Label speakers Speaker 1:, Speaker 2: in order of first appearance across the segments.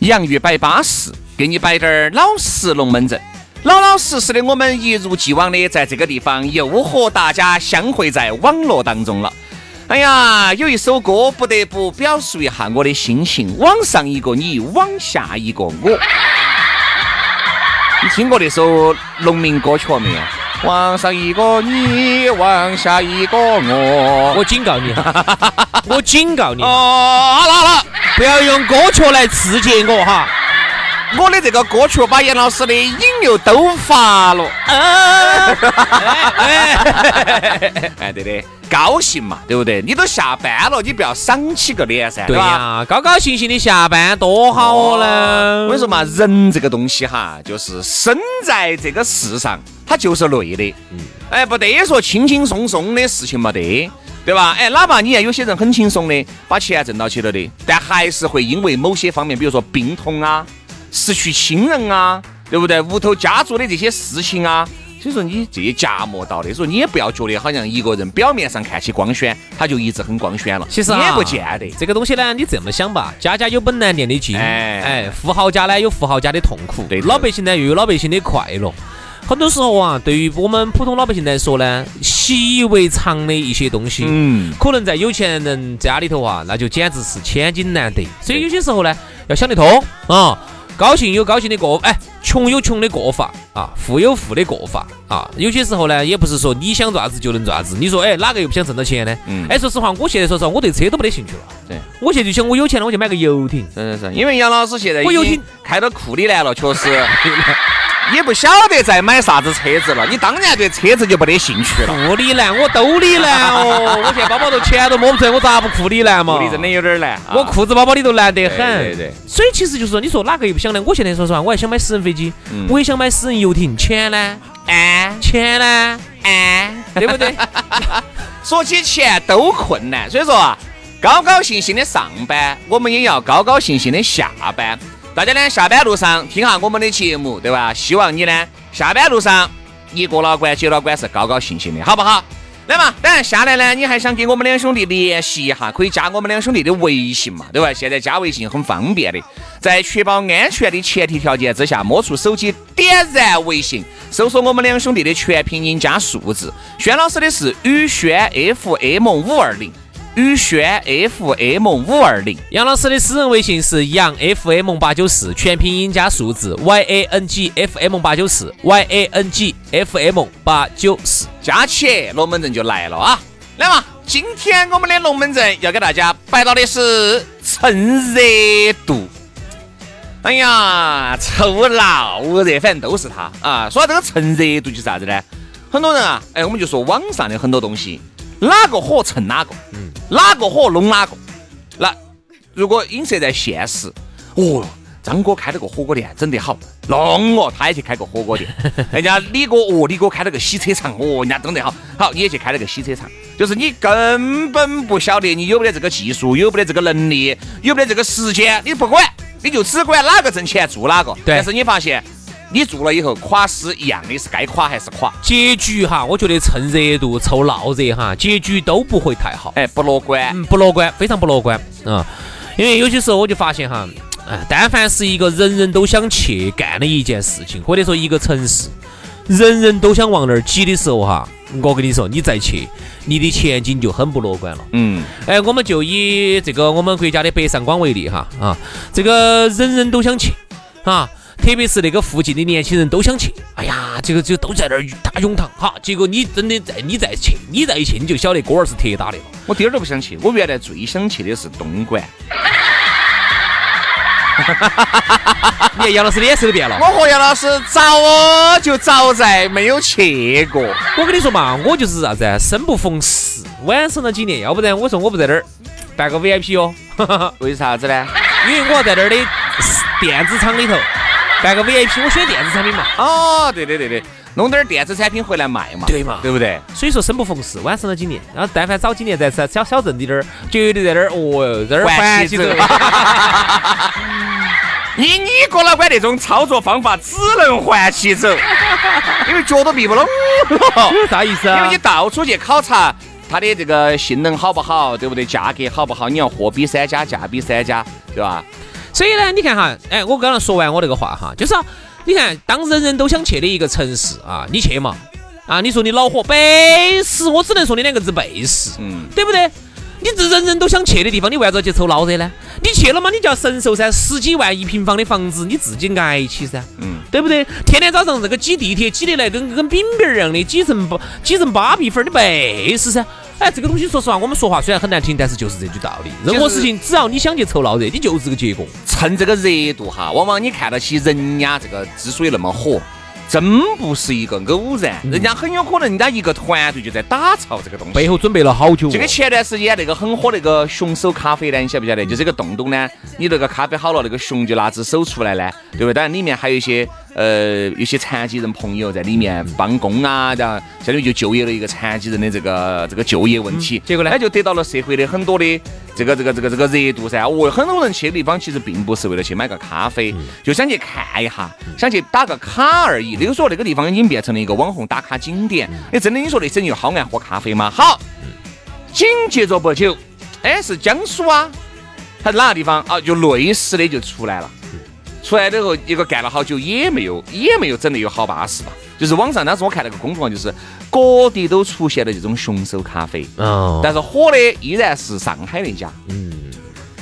Speaker 1: 洋芋摆巴适，给你摆点儿老实龙门阵。老老实实的，我们一如既往的在这个地方又和大家相会在网络当中了。哎呀，有一首歌不得不表述一下我的心情：往上一个你，往下一个我。 你听过那首农民歌曲没有？往上一个你，往下一个我。
Speaker 2: 我警告你，我警告你，
Speaker 1: 哦，好了好了。
Speaker 2: 不要用歌曲来刺激我哈！
Speaker 1: 我的这个歌曲把严老师的引流都乏了。
Speaker 2: 啊
Speaker 1: 哎，对的，高兴嘛，对不对？你都下班了，你不要赏起个脸噻，
Speaker 2: 对呀、
Speaker 1: 吧？
Speaker 2: 高高兴兴的下班多
Speaker 1: 啊
Speaker 2: 好哦呢！
Speaker 1: 我跟你说，嘛，人这个东西哈，就是生在这个世上，他就是累的。
Speaker 2: 嗯
Speaker 1: 哎，不得说轻轻松松的事情没得，对吧？哎，哪怕你看有些人很轻松的把钱挣到起了的，但还是会因为某些方面，比如说病痛啊、失去亲人啊，对不对？屋头家族的这些事情啊。所以说你这也夹磨到的，所以你也不要觉得好像一个人表面上看起光鲜，他就一直很光鲜了，
Speaker 2: 其实啊
Speaker 1: 也不见得。
Speaker 2: 这个东西呢，你这么想吧，家家有本难念的经，
Speaker 1: 哎
Speaker 2: 哎，富豪家呢有富豪家的痛苦
Speaker 1: 对，的
Speaker 2: 老百姓呢又有老百姓的快乐。很多时候啊，对于我们普通老百姓来说呢，习以为常的一些东西，
Speaker 1: 嗯，
Speaker 2: 可能在有钱人家里头啊，那就简直是千金难得。所以有些时候呢，要想得通啊，高兴有高兴的过，哎，穷有穷的过法啊，富有富的过法啊。有些时候呢，也不是说你想咋子就能咋子。你说，哎，哪个又不想挣到钱呢？
Speaker 1: 嗯
Speaker 2: 哎，说实话，我现在说实话，我对车都没得兴趣了。
Speaker 1: 对，嗯
Speaker 2: 我现在就想，我有钱了，我就买个游艇。
Speaker 1: 是是是，因为杨老师现在
Speaker 2: 我
Speaker 1: 已
Speaker 2: 有
Speaker 1: 经
Speaker 2: 听
Speaker 1: 开到库里南了，确实 也不晓得再买啥子车子了。你当然对车子就没得兴趣了。
Speaker 2: 库里南，我兜里 南哦，我现在包包头钱都摸不出来，我咋不库里南嘛？
Speaker 1: 库里真的有点难啊。
Speaker 2: 我裤子包包里头难得很。
Speaker 1: 对对对
Speaker 2: 所以其实就是说，你说哪个又不想呢？我现在说实话，我还想买私人飞机，
Speaker 1: 嗯
Speaker 2: 我也想买私人游艇，钱呢？
Speaker 1: 哎啊
Speaker 2: 安，钱呢？安，对不对？
Speaker 1: 说起钱都困难，所以说啊，高高兴兴的上班，我们也要高高兴兴的下班。大家呢，下班路上听下我们的节目，对吧？希望你呢，下班路上你过了关、解了关是高高兴兴的，好不好？那么，当然下来呢，你还想给我们两兄弟联系一下，可以加我们两兄弟的微信嘛，对吧？现在加微信很方便的，在确保安全的前提条件之下，摸出手机点燃微信，搜索我们两兄弟的全拼音加数字。轩老师的是宇轩 FM 五二零，宇轩 FM 五二零。
Speaker 2: 杨老师的私人微信是杨 FM 八九四，全拼音加数字 Y A N G F M 八九四，Y A N G F M 八九四。
Speaker 1: 加起龙门阵就来了啊！来嘛，今天我们的龙门阵要给大家摆到的是趁热度。哎呀，臭闹热，反正都是他啊！说到这个趁热度就是啥子呢？很多人啊，哎，我们就说网上的很多东西，哪个火蹭哪个，哪个火弄哪个。那如果影射在现实，哦，张哥开了个火锅店，整得好，弄哦，他也去开个火锅店。人家李哥哦，李哥开了个洗车场，哦，人家整得好，好，你也去开了个洗车场。就是你根本不晓得你有没得这个技术，有没得这个能力，有没得这个时间，你不管，你就只管哪个挣钱做哪个。
Speaker 2: 对
Speaker 1: 但是你发现，你做了以后垮是一样的，是该垮还是垮，
Speaker 2: 结局哈，我觉得趁热度凑闹热哈，结局都不会太好。
Speaker 1: 哎，不乐观。
Speaker 2: 嗯，不乐观，非常不乐观啊、因为有些时候我就发现哈，哎，但凡是一个人人都想去干的一件事情，或者说一个城市，人人都想往那儿挤的时候哈，我跟你说，你再去，你的前景就很不乐观了。
Speaker 1: 嗯，
Speaker 2: 哎，我们就以这个我们国家的北上广为例哈啊，这个人人都想去啊，特别是那个附近的年轻人都想去。哎呀，这个就都在那儿打涌堂哈，结果你真的再你再去，你再一去你就晓得锅儿是铁打的了。
Speaker 1: 我点儿都不想去。我原来最想去的是东莞，
Speaker 2: 你看杨老师脸色都变了。
Speaker 1: 我和杨老师早哦就早在没有去过。
Speaker 2: 我跟你说嘛，我就是啥子啊，生不逢时，晚上了几年，要不然我说我不在这儿办个 VIP 哦，
Speaker 1: 为啥子呢？
Speaker 2: 因为我要在这儿的电子厂里头办个 VIP，我选电子产品嘛。
Speaker 1: 哦，对对对对，弄点儿电子产品回来卖嘛，
Speaker 2: 对嘛
Speaker 1: 对不对？
Speaker 2: 所以说生不逢时，晚上了几年，然后但凡早几年在在小小镇里点儿，绝对在这儿哦哟，在这儿
Speaker 1: 换
Speaker 2: 环
Speaker 1: 起
Speaker 2: 起
Speaker 1: 走
Speaker 2: 走。
Speaker 1: 以你郭老倌那种操作方法，只能还起 走，因为脚都避不拢了。
Speaker 2: 啥意思
Speaker 1: 因为
Speaker 2: 啊
Speaker 1: 你？到处去考察它的这个性能好不好，对不对？价格好不好？你要货比三家，价比三家，对吧？
Speaker 2: 所以呢，你看哈，哎，我刚刚说完我这个话哈，就是、啊、你看，当人人都想去的一个城市啊，你去嘛啊，你说你恼火，背时，我只能说你两个字背时。
Speaker 1: 嗯，
Speaker 2: 对不对？你这人人都想去的地方，你为啥子要去凑闹热呢？你去了嘛，你就要承受噻，十几万一平方的房子，你自己挨起噻，
Speaker 1: 嗯，
Speaker 2: 对不对？天天早上这个挤地铁挤得来跟跟饼饼儿一样的，挤成巴挤成芭比粉儿的背死噻。哎，这个东西说实话，我们说话虽然很难听，但是就是这句道理。任何
Speaker 1: 就是
Speaker 2: 事情，只要你想去凑闹热，你就是这个结果。
Speaker 1: 趁这个热度哈，往往你看到起人家这个之所以那么火。真不是一个偶然，人家很有可能，人家一个团队就在打造这个东西。
Speaker 2: 嗯背后准备了好久、哦，
Speaker 1: 就跟前段时间那个很火那个熊手咖啡呢，你晓不晓得？就这个洞洞呢，你那个咖啡好了，那个熊就拿只手出来呢，对不对？当然里面还有一些呃，有些残疾人朋友在里面帮工啊，然后相当于就就业了一个残疾人的这个这个就业问题。
Speaker 2: 结果呢
Speaker 1: 他就得到了社会的很多的这个这个这个这个热度噻。我很多人去的地方其实并不是为了去买个咖啡，就想去看一下，想去打个卡而已。那个时候那个地方已经变成了一个网红打卡景点。哎，真的，你说那些人又好爱喝咖啡吗？好。紧接着不久，哎，是江苏啊，还是哪个地方啊？就类似的就出来了。出来之后，一个干了好久也没有，也没有整得有好巴适吧。就是网上当时我看那个公众号，就是各地都出现了这种熊手咖啡，
Speaker 2: 哦，
Speaker 1: 但是火的依然是上海那家。嗯，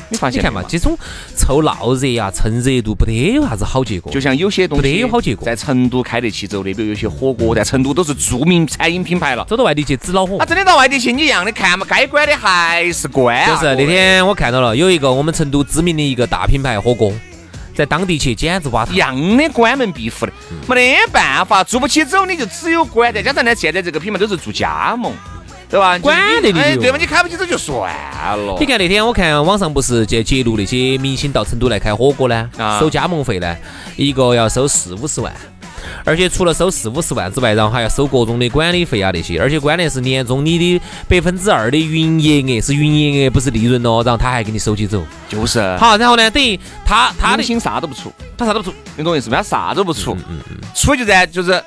Speaker 1: 你发
Speaker 2: 你
Speaker 1: 现
Speaker 2: 看
Speaker 1: 没
Speaker 2: 嘛，
Speaker 1: 有嘛？
Speaker 2: 这种凑闹热呀、蹭热度，不得有啥子好结果。
Speaker 1: 就像有些东
Speaker 2: 不得
Speaker 1: 西
Speaker 2: 有好结果
Speaker 1: 在成都开得起走的，比如有些火锅，在成都都是著名餐饮品牌了。
Speaker 2: 走到外地去指恼火。
Speaker 1: 啊，真的到外地去，你一样的看嘛，该关的还是关啊。
Speaker 2: 就是那天我看到了有一个我们成都知名的一个大品牌火锅，在当地去简直瓦
Speaker 1: 一
Speaker 2: 塌。
Speaker 1: 样的关门闭户的，
Speaker 2: 嗯
Speaker 1: 没得办法，做不起走你就只有关。再加上呢，现在这个品牌都是做加盟，对吧？
Speaker 2: 管得
Speaker 1: 你
Speaker 2: 你
Speaker 1: 哎，
Speaker 2: 就
Speaker 1: 对吧？你开不起走就算了
Speaker 2: 你。看那天我看网上不是去揭露那些明星到成都来开火锅呢
Speaker 1: 啊，
Speaker 2: 收加盟费呢，一个要收四五十万，而且除了收四五十万之外，然后还要收各种的管理费啊那些，而且关键是年终你的百分之二的营业额是营业额不是利润哦，然后他还给你收起走。
Speaker 1: 就是
Speaker 2: 好，然后呢，等于他他
Speaker 1: 他
Speaker 2: 的
Speaker 1: 的心啥都不出，嗯
Speaker 2: 他啥都不做，
Speaker 1: 你懂我意思吗？他啥都不出，出就在就是，哎呀，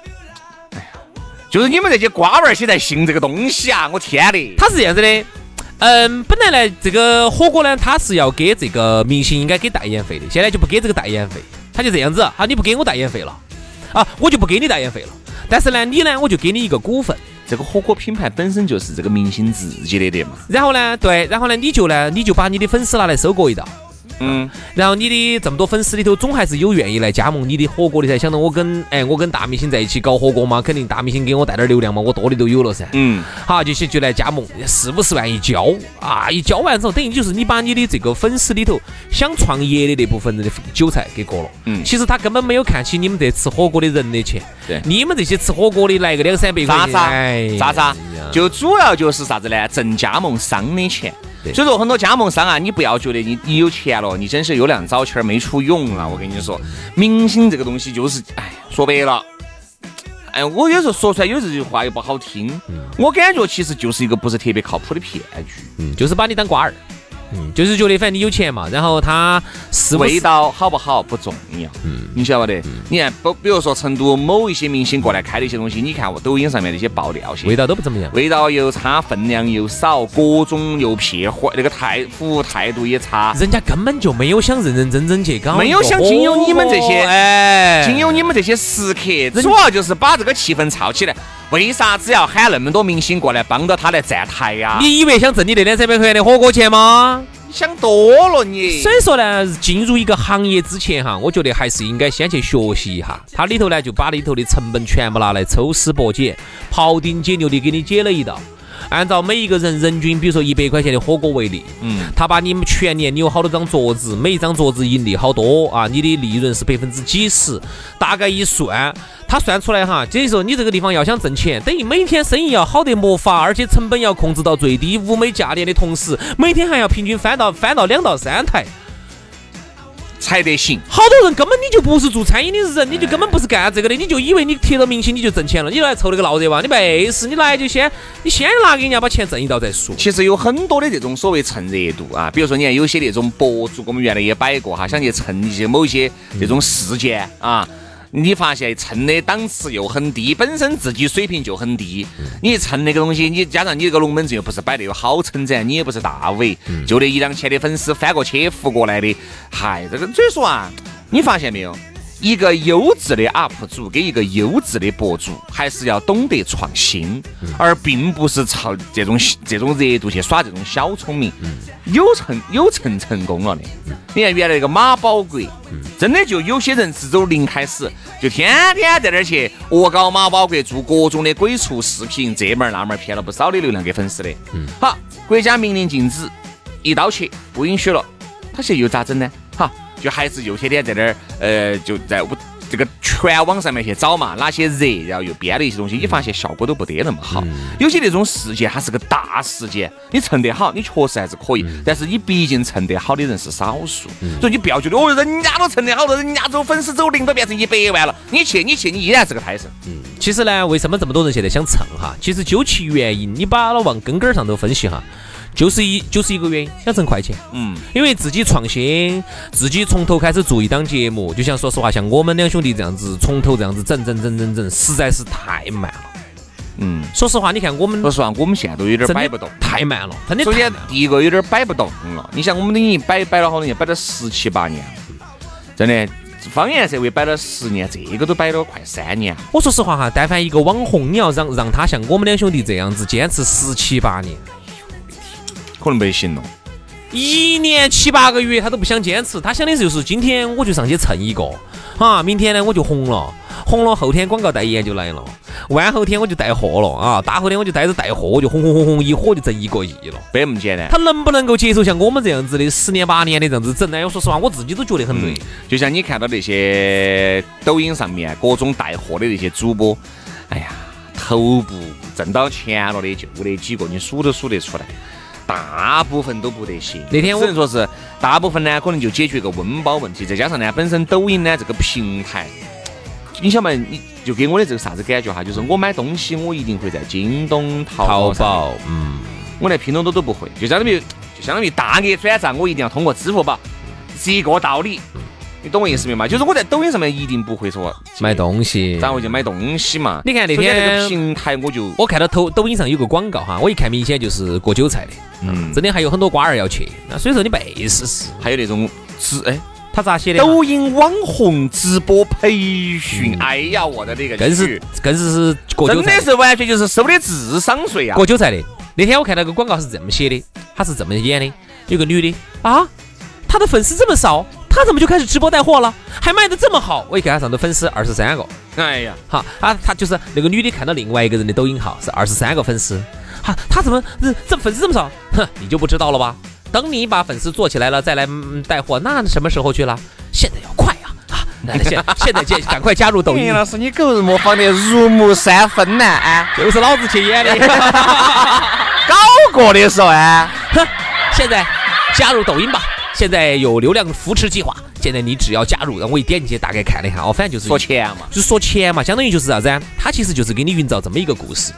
Speaker 1: 就是你们这些瓜娃儿些在信这个东西啊！我天嘞，
Speaker 2: 他是这样子的，嗯，本来呢，这个火锅呢，他是要给这个明星应该给代言费的，现在就不给这个代言费，他就这样子，好，你不给我代言费了，啊，我就不给你代言费了。但是呢，你呢，我就给你一个股份，
Speaker 1: 这个火锅品牌本身就是这个明星自己的的嘛。
Speaker 2: 然后呢，对，然后呢，你就呢，你就把你的粉丝拿来收割一道，
Speaker 1: 嗯，
Speaker 2: 然后你的这么多粉丝里头，总还是有愿意来加盟你的火锅的噻。想到我跟哎，我跟大明星在一起搞火锅嘛，肯定大明星给我带点流量嘛，我多的都有了噻。
Speaker 1: 嗯，
Speaker 2: 好，就去就来加盟，四五十万一交啊，一交完之后，等于就是你把你的这个粉丝里头想创业的那部分人的韭菜给割了。
Speaker 1: 嗯
Speaker 2: 其实他根本没有看起你们这吃火锅的人的钱。
Speaker 1: 对
Speaker 2: 你们这些吃火锅的来个两三百块
Speaker 1: 渣
Speaker 2: 钱，
Speaker 1: 渣
Speaker 2: 哎
Speaker 1: 渣渣
Speaker 2: 呀，
Speaker 1: 就主要就是啥子呢？挣加盟商的钱。
Speaker 2: 对
Speaker 1: 啊所以说很多加盟商啊，你不要觉得你你有钱了，你真是有两糟钱儿没处用了。我跟你说，明星这个东西就是，哎，说白了。哎，我有时候说出来，有时候话又不好听，
Speaker 2: 嗯
Speaker 1: 我感觉其实就是一个不是特别靠谱的骗局。
Speaker 2: 嗯就是把你当瓜儿，嗯，就是觉得反正你有钱嘛，然后他是嗯
Speaker 1: 味道好不好不重要，你晓不得？你看，不，比如说成都某一些明星过来开的一些东西，你看我抖音上面那些爆料些
Speaker 2: 味，道都不怎么样。
Speaker 1: 味道又差，分量又少，各种又撇坏，那个态服务态度也差。
Speaker 2: 人家根本就没有想认认真真去搞，
Speaker 1: 没有想经营你们这些
Speaker 2: 哎，
Speaker 1: 仅有你们这些食客，主要就是把这个气氛炒起来。为啥子要喊那么多明星过来帮到他来站台呀、
Speaker 2: 你以为想挣你那两三百块钱的火锅钱吗？
Speaker 1: 你想多了你。
Speaker 2: 所以说呢，进入一个行业之前哈，我觉得还是应该先去学习一下。它里头呢，就把里头的成本全部拿来抽丝剥茧、庖丁解牛的给你解了一道。按照每一个人人均，比如说一百块钱的火锅为例，
Speaker 1: 嗯，
Speaker 2: 他把你们全年你有好多张桌子，每一张桌子盈利好多啊，你的利润是百分之几十，大概一算，他算出来哈，等于说你这个地方要想挣钱，等于每天生意要好得没法，而且成本要控制到最低，物美价廉的同时，每天还要平均翻到翻到两到三台。
Speaker 1: 才得行。
Speaker 2: 好多人根本你就不是做餐饮的人，你就根本不是干这个的，你就以为你贴了明星你就挣钱了，你来凑那个闹热哇，你没事，你来就先你先拿给人家把钱挣一道再说。
Speaker 1: 其实有很多的这种所谓蹭热度啊，比如说你看有些那种博主，我们原来也摆过哈，想去蹭一些某些这种事件啊。你发现蹭的档次又很低，本身自己水平就很低，你一蹭那个东西，你加上你这个龙门阵又不是摆得有好称赞，你也不是大 V，就那一两千的粉丝翻过去扶过来的，嗨，这个所以说啊，你发现没有，一个优质的 UP 主跟一个优质的博主，还是要懂得创新，而并不是朝这种这种热度去耍这种小聪明。有成有成成功了的，你看原来那个马保国，真的就有些人是走零开始，就天天在那儿去恶搞马保国，做各种的鬼畜视频，这门儿那门儿骗了不少的流量给粉丝的。好，国家明令禁止，一刀切，不允许了。他现在又咋整呢？哈，就还是又天天在那儿，呃，就在我这个全网上面去找嘛，哪些热，然后又编了一些东西，你发现效果都不得那么好。
Speaker 2: 嗯
Speaker 1: 有些那种事件，它是个大事件，你蹭得好，你确实还是可以，
Speaker 2: 嗯
Speaker 1: 但是你毕竟蹭得好的人是少数，所以你不要觉得哦，人家都蹭得好了，人家走粉丝走零都变成一百万了，你去你去，你依然是个胎神。
Speaker 2: 其实呢，为什么这么多人现在想蹭哈？其实究其原因，你把它往根根儿上头分析哈，就是一就是一个原因，想挣快钱。
Speaker 1: 嗯，
Speaker 2: 因为自己创新，自己从头开始做一档节目，就像说实话，像我们两兄弟这样子，从头这样子整整整整整，实在是太慢了。
Speaker 1: 嗯，
Speaker 2: 说实话，你看我们
Speaker 1: 说实话，我们现在都有点
Speaker 2: 真的
Speaker 1: 摆不动。
Speaker 2: 太慢了，真的
Speaker 1: 首
Speaker 2: 太
Speaker 1: 先
Speaker 2: 慢了。
Speaker 1: 第一个有点摆不动了，你像我们都已经摆摆了好多年，摆了十七八年了，真的。方言社会摆了十年，这个都摆了快三年。
Speaker 2: 我说实话哈，但凡一个网红，你要让让他像我们两兄弟这样子坚持十七八年，
Speaker 1: 可能不行了。
Speaker 2: 一年七八个月，他都不想坚持，他想的就是今天我就上去蹭一个，啊，明天呢我就红了，红了后天广告代言就来了，晚后天我就带货了啊，大后天我就带着带货，我就红红红红，一火就挣一个亿了。
Speaker 1: 这么简单
Speaker 2: 他。能不能够接受像我们这样子的十年八年的这样子整呢？我说实话，我自己都觉得很累。
Speaker 1: 就像你看到那些抖音上面啊各种带货的那些主播，哎呀，头部挣到钱了的就那几个，你数都数得出来。大部分都不得行，
Speaker 2: 那天我
Speaker 1: 只能说是大部分呢，可能就解决个温饱问题，再加上呢，本身抖音呢这个平台，你晓得嘛，你就给我的这个啥子感觉哈，就是我买东西我一定会在京东、淘宝上面、
Speaker 2: 嗯，
Speaker 1: 我连拼多多都不会，就相当于就相当于大额转账，我一定要通过支付宝，是一个道理。你懂我意思没嘛？就是我在抖音上面一定不会说
Speaker 2: 买，东西。
Speaker 1: 然后就买东西嘛。
Speaker 2: 你哎看那
Speaker 1: 所以嗯这个
Speaker 2: 天
Speaker 1: 平台我就
Speaker 2: 我看到抖抖音上有个广告哈，我一看明显就是割韭菜的，嗯
Speaker 1: 嗯，
Speaker 2: 真的还有很多瓜儿要去。那所以说你背试试，
Speaker 1: 还有那种直哎，
Speaker 2: 他咋写的哈？
Speaker 1: 抖音网红直播培训，哎呀，我的那个
Speaker 2: 更
Speaker 1: 去
Speaker 2: 嗯是更是是割
Speaker 1: 真
Speaker 2: 韭菜
Speaker 1: 的，是完全就是收的智商税啊！
Speaker 2: 割韭菜的。那天我看到个广告是这么写的，他是这么演的，有个女的啊，她的粉丝这么少，她怎么就开始直播带货了，还卖的这么好？我一看她上头粉丝二十三个，
Speaker 1: 哎呀，
Speaker 2: 哈啊，她就是那个女的看到另外一个人的抖音号是二十三个粉丝，哈、她怎么这这粉丝这么少？哼，你就不知道了吧？等你把粉丝做起来了，再来、嗯带货，那什么时候去了？现在要快啊！啊，那现现在就赶快加入 抖音，
Speaker 1: 哎师，你狗日模仿的入木三分呐！啊，
Speaker 2: 就是老子去演的。
Speaker 1: 搞过的时候啊。
Speaker 2: 哼，现在加入抖音吧，现在有流量扶持计划，现在你只要加入，然后我一点进去大概看了一下，哦，反正就是
Speaker 1: 说钱嘛，
Speaker 2: 就是说钱嘛，相当于就是啥子啊？它其实就是给你营造这么一个故事，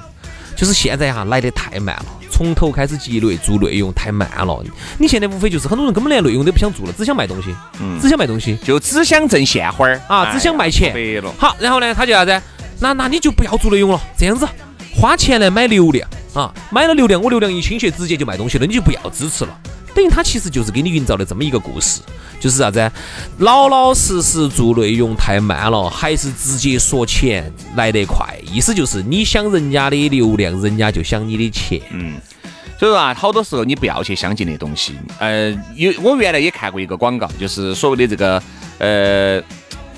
Speaker 2: 就是现在哈来得太慢了，从头开始积累做内容太慢了。你现在无非就是很多人根本连内容都不想做了，只想卖东西，
Speaker 1: 嗯
Speaker 2: 只想卖东西
Speaker 1: 就只想挣现花儿哎
Speaker 2: 啊，只想卖钱。
Speaker 1: 白了。
Speaker 2: 好，然后呢，他就啥子？那那你就不要做内容了，这样子花钱来买流量啊，买了流量，我流量一倾斜，直接就卖东西了，你就不要支持了。等于他其实就是给你营造的这么一个故事，就是啥子？老老实实做内容太慢了，还是直接说钱来得快。意思就是你想人家的流量，人家就想你的钱。
Speaker 1: 所以说啊，好多时候你不要去相信那东西。呃，有我原来也看过一个广告，就是所谓的这个呃，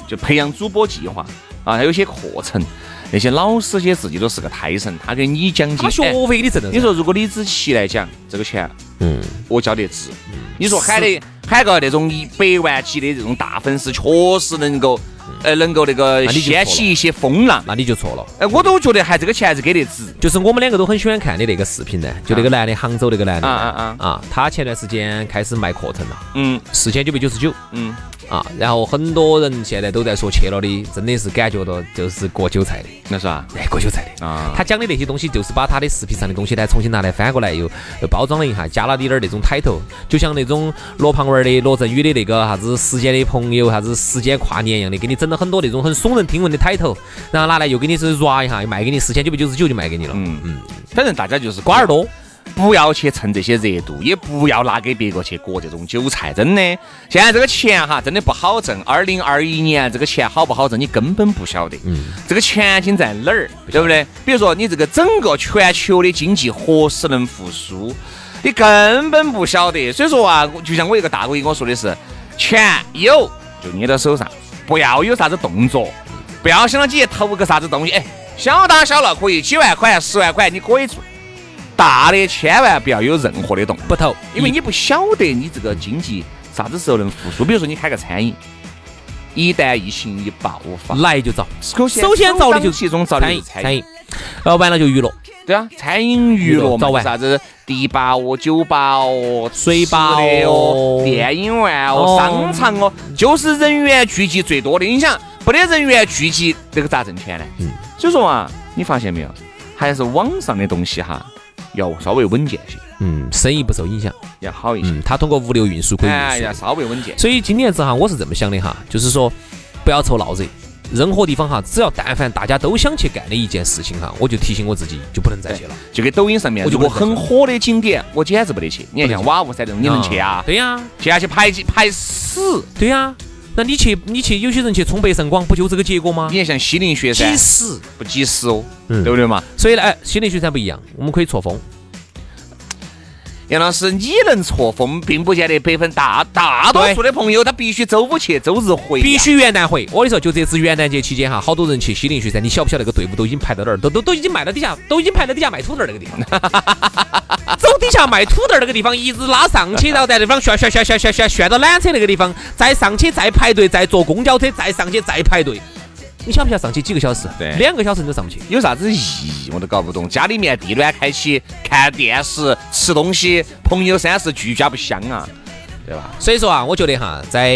Speaker 1: 就培养主播计划啊，还有些课程，那些老师些自己都是个胎神，他给你讲
Speaker 2: 他
Speaker 1: 解。
Speaker 2: 学
Speaker 1: 哎
Speaker 2: 费给你挣了噻，
Speaker 1: 你说如果李子柒来讲这个钱，
Speaker 2: 嗯，
Speaker 1: 我交得值。你说喊的喊个那种一百万级的这种大粉丝，确实能够呃能够那个
Speaker 2: 那你就错
Speaker 1: 掀
Speaker 2: 了
Speaker 1: 起一些风浪。
Speaker 2: 那你就错了。
Speaker 1: 哎，我都觉得还这个钱还是给得值。
Speaker 2: 就是我们两个都很喜欢看的那个视频呢，就那个男的，杭州那个男的
Speaker 1: 啊啊
Speaker 2: 啊，他前段时间开始卖课程了，
Speaker 1: 嗯
Speaker 2: 四千九百九十九
Speaker 1: 嗯，
Speaker 2: 啊，然后很多人现在都在说去了的，真的是感觉到就是割韭菜的，
Speaker 1: 那是吧？
Speaker 2: 哎，割韭菜的。
Speaker 1: 啊，
Speaker 2: 他讲的那些东西，就是把他的视频上的东西呢，重新拿来翻过来，又又包装了一下，加了点儿那种 title，就像那种罗胖文儿的、罗振宇的那个啥子“时间的朋友”、啥子“时间跨年”一样的，给你整了很多那种很耸人听闻的 title，然后拿来又给你是 rua 一下，又卖给你四千九百九十九就卖给你了，
Speaker 1: 嗯嗯，反正大家就是
Speaker 2: 瓜耳朵。
Speaker 1: 不要去蹭这些热度，也不要拿给别个去割这种韭菜，真的。现在这个钱哈，真的不好挣。二零二一年这个钱好不好挣，你根本不晓得。
Speaker 2: 嗯
Speaker 1: 这个钱金在哪儿，对不对？比如说你这个整个全球的经济何时能复苏，你根本不晓得。所以说啊，我就像我一个大哥跟我说的是，钱有就捏到手上，不要有啥子动作，不要想到去投个啥子东西，哎，小打小闹可以，几万块、十万块你可以做。大的千万不要有任何的动
Speaker 2: 不投，
Speaker 1: 因为你不晓得你这个经济啥子时候能复苏。比如说你开个餐饮，一旦疫情一爆发，
Speaker 2: 来就找
Speaker 1: 首先
Speaker 2: 嗯首先遭的就是
Speaker 1: 其中遭的
Speaker 2: 餐
Speaker 1: 就
Speaker 2: 饮
Speaker 1: 是餐
Speaker 2: 餐
Speaker 1: 饮，
Speaker 2: 饮，然后完了就娱乐，
Speaker 1: 对啊，餐饮娱乐
Speaker 2: 早
Speaker 1: 嘛，
Speaker 2: 晚
Speaker 1: 啥子迪吧哦、酒吧哦、
Speaker 2: 水吧
Speaker 1: 吃的哦
Speaker 2: 哦、
Speaker 1: 电影院哦、
Speaker 2: 哦
Speaker 1: 商场哦，就是人员聚集最多的。你想，没得人员聚集，这个咋挣钱呢？
Speaker 2: 嗯
Speaker 1: 所以说啊，你发现没有，还是网上的东西哈，要稍微稳健些，
Speaker 2: 嗯，生意不受影响，
Speaker 1: 要好一些。
Speaker 2: 嗯，它通过物流运输可以
Speaker 1: 哎
Speaker 2: 运
Speaker 1: 呀，
Speaker 2: 输。
Speaker 1: 稍微稳健。
Speaker 2: 所以今年子哈，我是这么想的哈，就是说不要凑闹热，任何地方哈，只要但凡大家都想去干的一件事情哈，我就提醒我自己就不能再去了。
Speaker 1: 就跟抖音上面
Speaker 2: 我就
Speaker 1: 如果很火的景点，我简直不得去。你看像瓦屋山这种，你能去啊？
Speaker 2: 嗯对呀，
Speaker 1: 去啊，去排挤排死。
Speaker 2: 对呀，那你去你去，有些人去冲北上广，不就这个结果吗
Speaker 1: 你？看像西泠雪山
Speaker 2: 及，时，
Speaker 1: 不及时哦，
Speaker 2: 嗯
Speaker 1: 对不对嘛？
Speaker 2: 所以呢，哎，心理学上不一样，我们可以错峰。
Speaker 1: 杨老师，你能错峰，并不见得百分大大多数的朋友他必须周五去，周日回呀，
Speaker 2: 必须元旦回。我跟你说，就这次元旦节期间哈，好多人去西泠雪山，你晓不晓得那个队伍都已经排到哪儿？都都都已经卖到底下，都已经排到底下卖土豆儿那个地方， 走底下卖土豆儿那个地方，一直拉上去，然后在那地方旋旋旋旋旋旋旋到缆车那个地方，再上去再排队，再坐公交车，再上去再排队。你晓不晓得上去几个小时？
Speaker 1: 对
Speaker 2: 两个小时你都上不去。
Speaker 1: 有啥子意义？我都搞不懂。家里面地暖开启，看电视，吃东西，朋友三四聚家不香啊，对吧？
Speaker 2: 所以说啊，我觉得哈，在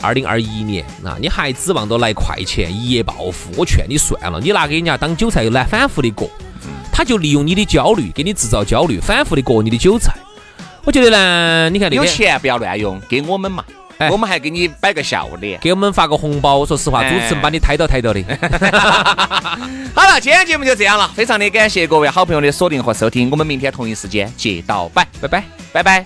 Speaker 2: 二零二一年啊，你还指望着来快钱一夜暴富，我劝你算了，你拿给人家当韭菜又来反复的割，
Speaker 1: 嗯
Speaker 2: 他就利用你的焦虑给你制造焦虑，反复的割你的韭菜。我觉得呢，你看那
Speaker 1: 有
Speaker 2: 个
Speaker 1: 钱不要乱用，给我们嘛，
Speaker 2: 哎
Speaker 1: 我们还给你摆个笑脸。
Speaker 2: 给我们发个红包，说实话，主
Speaker 1: 哎
Speaker 2: 持人把你抬到抬到的。
Speaker 1: 好了，今天节目就这样了，非常的感谢各位好朋友的锁定和收听，我们明天同一时间接到拜，拜拜，拜拜。